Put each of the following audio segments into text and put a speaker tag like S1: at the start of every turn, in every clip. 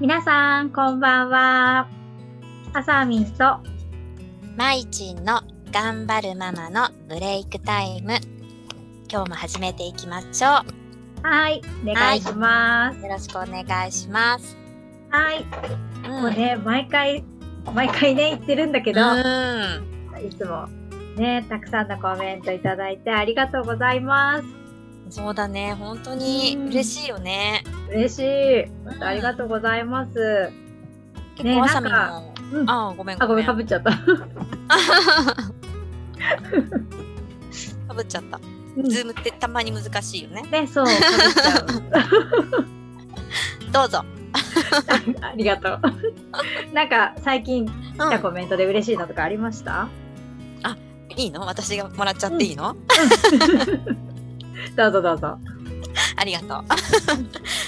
S1: 皆さん、こんばんは。あさみんと、
S2: まいちんの頑張るママのブレイクタイム。今日も始めていきましょ
S1: はい、お願いします
S2: う。。よろしくお願いします。
S1: はい、
S2: うん
S1: もうね、毎回、毎回ね、言ってるんだけど、
S2: うん
S1: いつも、ね、たくさんのコメントいただいてありがとうございます。
S2: そうだね。本当に
S1: うん
S2: 嬉しいよね。
S1: 嬉しい。本当ありがとうございます。
S2: 結構あさみ
S1: なんか
S2: も。
S1: うん
S2: ああ、ごめん
S1: あ、ご
S2: ごめ
S1: め
S2: ん。
S1: ん、
S2: か
S1: か
S2: ぶ
S1: ぶっちゃった。
S2: っちゃった。
S1: うん
S2: ズームってたまに難しいよね。
S1: ね、そう、かぶっちゃう。
S2: どうぞ。
S1: ありがとう。 なんか、最近来
S2: うん
S1: たコメントで嬉しいのとかありました、
S2: いいの私がもらっちゃっていいの、
S1: どうぞどうぞ。
S2: ありが とう。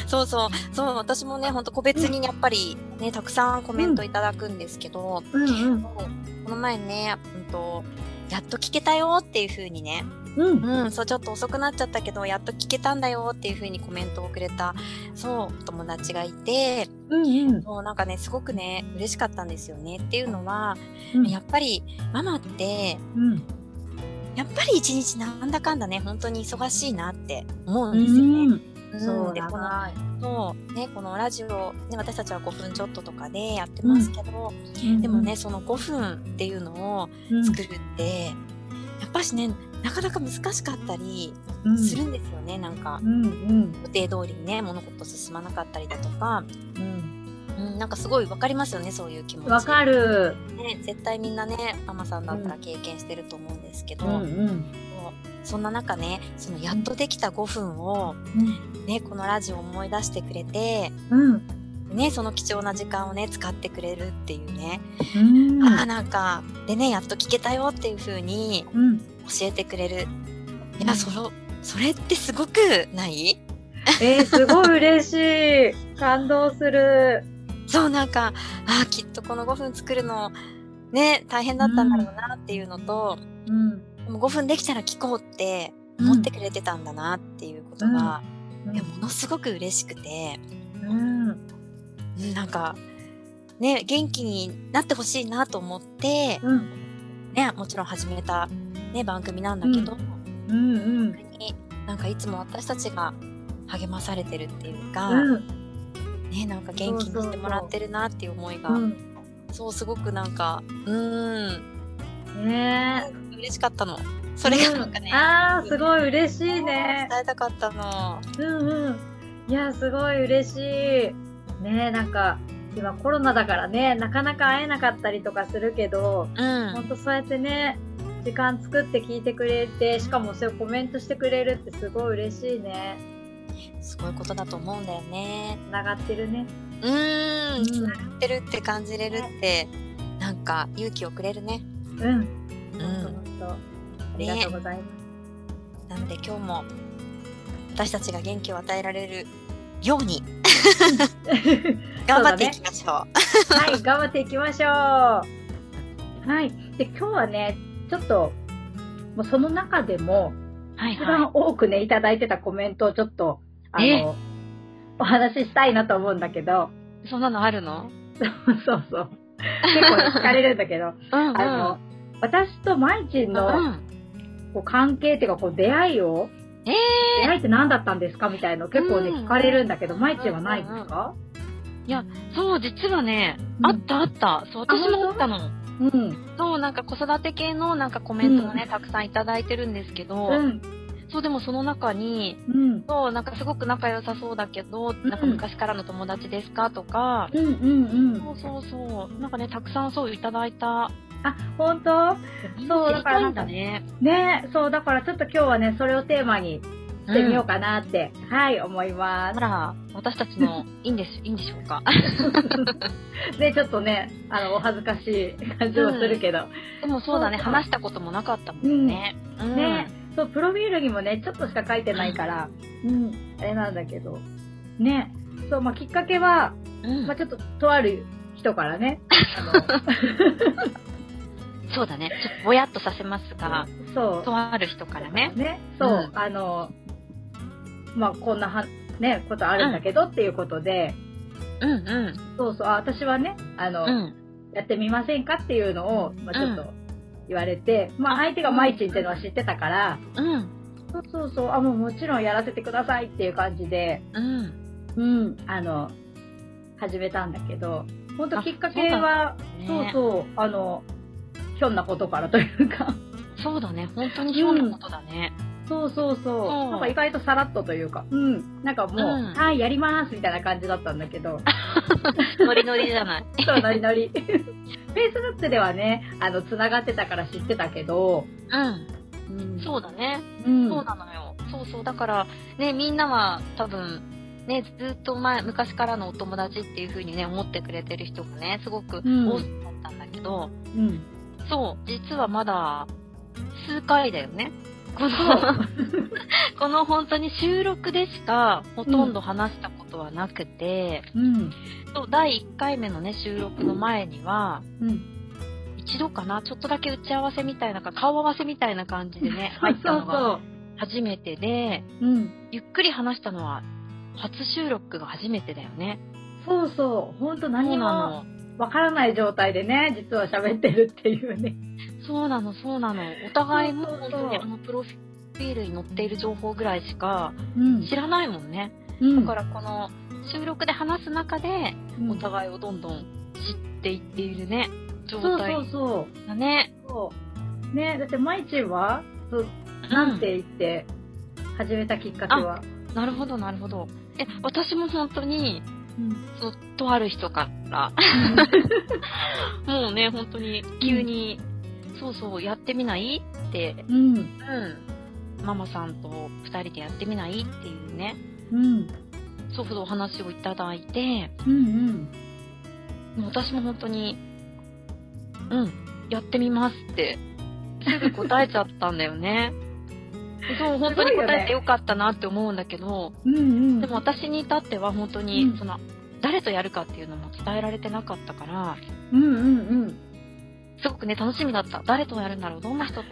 S2: そうそう。そう、私もね、ほんと個別にやっぱりね、たくさんコメントいただくんですけど、
S1: うんうん。
S2: この前ね、うんと、やっと聞けたよっていう風にね、
S1: うん。
S2: うん、そう、ちょっと遅くなっちゃったけど、やっと聞けたんだよっていう風にコメントをくれた、そう、友達がいて、
S1: うんうん。
S2: もうなんかね、すごくね、嬉しかったんですよねっていうのは、
S1: うん
S2: やっぱりママって、
S1: うん。
S2: やっぱり一日なんだかんだね、本当に忙しいなって思う
S1: うん
S2: ですよね。
S1: ん。
S2: うん
S1: そう
S2: で
S1: だ
S2: この
S1: な。
S2: そうね、このラジオ、ね、私たちは5分ちょっととかでやってますけど、でもね、その5分っていうのを
S1: うん、
S2: 作るって、やっぱしねなかなか難しかったり
S1: うん
S2: するんですよね、なんか
S1: うんうん
S2: 予定通りにね物事進まなかったりだとか、
S1: うん。
S2: うん、なんかすごい分かりますよねそういう気持ち。
S1: わかる。
S2: ね、絶対みんなねママさんだったら経験してると思うんですけど、
S1: うん
S2: そんな中ねそのやっとできた5分を、ね、このラジオ思い出してくれて、
S1: うん。うん。
S2: ね、その貴重な時間をね使ってくれるっていうね。
S1: うん
S2: ああなんかでねやっと聞けたよっていう風に
S1: うん。
S2: 教えてくれる
S1: う
S2: い
S1: ん
S2: やそのそれってすごくない
S1: えー、すごい嬉しい。感動する。
S2: そうなんかあーきっとこの5分作るのね大変だったんだろうなっていうのと、
S1: うん。
S2: でも5分できたら聞こうって思ってくれてたんだなっていうことが、いやものすごく嬉しくて
S1: うん。
S2: うんなんかね元気になってほしいなと思って、
S1: うん。
S2: ね、もちろん始めた、ね、番組なんだけど。
S1: うん。うん。
S2: 逆になんかいつも私たちが励まされてるっていうか、
S1: うん。
S2: ねなんか元気にしてもらってるなっていう思いがそう
S1: うん。
S2: すごくなんかうーん
S1: ね
S2: 嬉しかったのそれがなんか
S1: え。
S2: ね、
S1: あー、すごい嬉しいね。
S2: 伝えたかったの
S1: うんうん。いや、すごい嬉しい。ねえ、なんか、今コロナだからね、なかなか会えなかったりとかするけど、
S2: うん
S1: ほんとそうやってね、時間作って聞いてくれて、しかもそれをコメントしてくれるってすごい嬉しいね。
S2: すごいことだと思うんだよね
S1: つながってるね。
S2: うー
S1: うん
S2: ん繋がってるって感じれるってなんか勇気をくれるね
S1: うん。
S2: う
S1: ほんと
S2: ん
S1: ほんと。ありがとうございま
S2: なので今日も私たちが元気を与えられるように
S1: す。
S2: 頑張っていきましょう
S1: はい、頑張っていきましょう。はい。で、今日はね、ちょっと、もうその中でも、
S2: はい
S1: 一番多くね、いただいてたコメントをちょっと、あ
S2: え
S1: の、お話ししたいなと思うんだけど、
S2: そんなのあるの
S1: そうそう。結構ね聞かれるんだけど、
S2: うんうん
S1: あの、私とまいちんの
S2: うん
S1: こう関係っていうか、こう出会いを、
S2: え
S1: 出会いって何だったんですかみたいの結構ね、
S2: うん
S1: 聞かれるんだけど、まいちんはないですか
S2: そう、実はね、
S1: うん
S2: あったあった。そう、私もあったの。
S1: うん。
S2: そう、なんか子育て系のなんかコメントをね、たくさんいただいてるんですけど、
S1: うん。
S2: そう、でもその中に、
S1: うん。
S2: そう、なんかすごく仲良さそうだけど、
S1: ん
S2: なんか昔からの友達ですかとか、
S1: うんうんうん。
S2: そうそうそう、なんかね、たくさんそういただいた。
S1: あ、本当そう
S2: 知りたいんだね。
S1: ねそう、だからちょっと今日はね、それをテーマにしてみようかなって、はい、思いま
S2: なら、私たちの、いいんです、いいんでしょうか。
S1: す。で、ちょっとね、あの、お恥ずかしい感じもするけど、
S2: でもそうだね、
S1: そうそう
S2: 話したこともなかったもんね。うん
S1: ね、そう、プロフィールにもね、ちょっとしか書いてないから、うん、あれなんだけど、ね、そう、まあ、きっかけは、
S2: うん
S1: まあ、ちょっと、とある人からね、あ
S2: そうだね、ちょっとぼやっとさせますが、
S1: の、 そう、
S2: と ある人からね。
S1: ね、そう、
S2: うん
S1: あの、まあ、こんなは、ね、ことあるんだけどっていうことで、
S2: うんうん
S1: そうそう、あ私はね、あの、
S2: うん
S1: やってみませんかっていうのを、まあ、ち
S2: う
S1: ょ
S2: ん
S1: っと言われて、まあ相手がマイチンっていうのは知ってたから、
S2: うん
S1: そうそうそう、あ、もうもちろんやらせてくださいっていう感じで、
S2: うん
S1: うん、あの、始めたんだけど、ほんと
S2: あ
S1: きっかけは、そう,、
S2: ね
S1: そうあの、ひょんなことからというか、
S2: そうだね本当にそうなことだね
S1: そうそうそう、
S2: うん
S1: なんか意外とさらっとというか、うん、なんかもう、
S2: うん
S1: はい、やりますみたいな感じだったんだけど、
S2: ノリノリじゃない
S1: そう、ノリノリ。Facebook ではね、あの、繋がってたから知ってたけど、
S2: うん
S1: うん
S2: そうだね
S1: うん
S2: そうなのよ。そうそう。だから、ね、みんなは多分、ね、ずっと前、昔からのお友達っていう風にね、思ってくれてる人がね、すごく
S1: うん
S2: 多かったんだけど、
S1: うん
S2: そう、実はまだ、数回だよね。
S1: そ
S2: この、 この本当に収録でしか、ほとんど話したことはなくて、
S1: うん。
S2: そう第1回目のね、収録の前には、
S1: うん。
S2: 一度かな、ちょっとだけ打ち合わせみたいなか、顔合わせみたいな感じでね、
S1: そ
S2: 入
S1: う
S2: った
S1: そ
S2: の
S1: う
S2: が初めてで、
S1: そう。うん。
S2: ゆっくり話したのは初収録が初めてだよね。
S1: そうそう。ほんと何も
S2: の。
S1: わからない状態でね、実は喋ってるっていうね。
S2: そうなの、そうなの。お互いも
S1: そうそう
S2: 本
S1: そう
S2: 当にあのプロフィールに載っている情報ぐらいしか
S1: うん
S2: 知らないもんね。
S1: うん。
S2: だからこの収録で話す中で
S1: うん、
S2: お互いをどんどん知っていっているね、状
S1: そう
S2: 態
S1: そうそう。
S2: だね。
S1: そうね、だって、まいちんは、そうなんて言って、始めたきっかけは。
S2: うんなるほど、なるほど。え、私も本当に、
S1: うん
S2: そとある人から、 もうね、本当に急に、そうそう、やってみないって
S1: うん。
S2: うん、ママさんと2人でやってみないっていうね
S1: うん。
S2: 祖父のお話をいただいて
S1: うん。
S2: もう私も本当に「うんやってみます」ってすぐ答えちゃったんだよ ね。そう本当に答えてよかったなって思うんだけど、
S1: うん。うん。
S2: でも、私に至っては本当
S1: う
S2: に
S1: ん
S2: その、誰とやるかっていうのも伝えられてなかったから
S1: うんうんうん。
S2: すごくね楽しみだった誰とやるんだろうどんな人と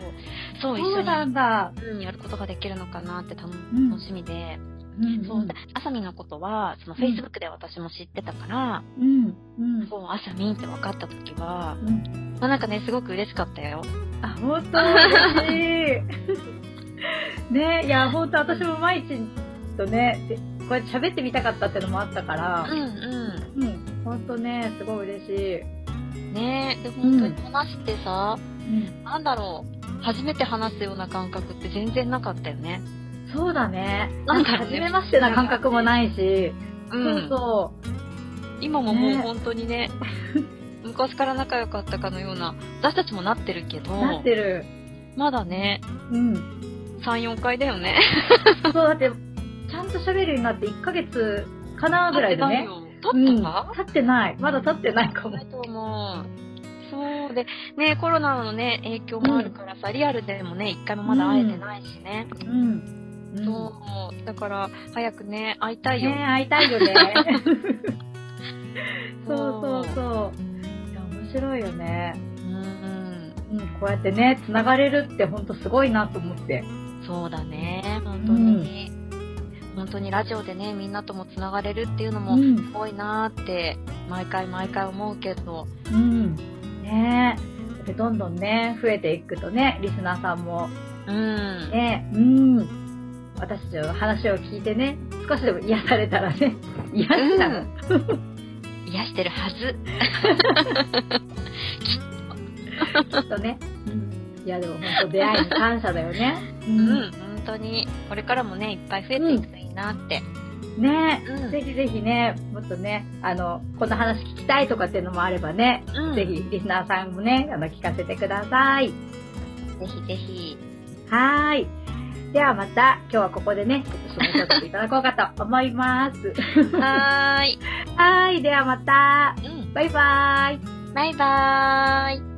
S2: そう一
S1: そ
S2: 緒
S1: うな
S2: に、
S1: んだ。
S2: うん、やることができるのかなって楽
S1: ん
S2: 楽しみで、
S1: うん
S2: そう、であさみのことは、その
S1: うん
S2: Facebook で私も知ってたから、
S1: うん。うん。
S2: そう、あさみんって分かった時は、
S1: うん
S2: まあなんかね、すごく嬉しかったよ。
S1: あ、本当嬉しい。ねいや、本当私も毎日とね、でこうやって喋ってみたかったってのもあったか
S2: うん
S1: ら、
S2: う
S1: うん、本当ね、すごい嬉しい。
S2: ん。ねえ、で、本当に話してさ、
S1: うん、
S2: なんだろう、初めて話すような感覚って全然なかったよね。
S1: そうだね。
S2: な
S1: なんん
S2: か
S1: か、
S2: ね
S1: 初めましてな感覚もないし、
S2: う
S1: そうそ
S2: 今ももう
S1: ね
S2: 本当に ね、昔から仲良かったかのような、私たちもなってるけど
S1: う、、なってる。
S2: まだね、
S1: うん。
S2: 3、4回だよね。
S1: そう、だって、ちゃんと喋るようになって1ヶ月かなぐらいでね。
S2: 撮って
S1: う
S2: たよ。撮っ
S1: ん
S2: てた、
S1: 経ってない。まだ経ってない かも。
S2: だと思う。そうで、ね、コロナのね、影響もあるからさ、リアルでもね、一回もまだ会えてないしね。
S1: うん。うん
S2: そう、だから、早くね、会いたいよ。
S1: ね会いたいよね。 そうそうそう。いや、面白いよね。
S2: うん、
S1: うん、こうやってね、つながれるってほんとすごいなと思って。
S2: そうだね、本当に。本当にラジオでね、みんなともつながれるっていうのも、す
S1: ん。
S2: ごいなーって、毎回毎回思うけど、
S1: うん。ねえ。だってどんどんね、増えていくとね、リスナーさんも
S2: うん。
S1: ね、うん。私たちの話を聞いてね、少しでも癒されたらね、癒したの。
S2: うん、癒してるはず。
S1: きっとね。いや、でもほんと出会いに感謝だよね。う
S2: うん、。本当に、これからもね、いっぱい増えていくといいなって。
S1: ね
S2: う
S1: え。ぜひぜひね、もっとね、あの、こんな話聞きたいとかっていうのもあればね、
S2: うん
S1: ぜひリスナーさんもね、あの、聞かせてください。
S2: ぜひぜひ。
S1: はーい。ではまた、今日はここでね、ちょっと紹介していただこうかと思います。
S2: はーい。
S1: はーい。ではまた、
S2: うん。
S1: バイバーイ。
S2: バイバーイ。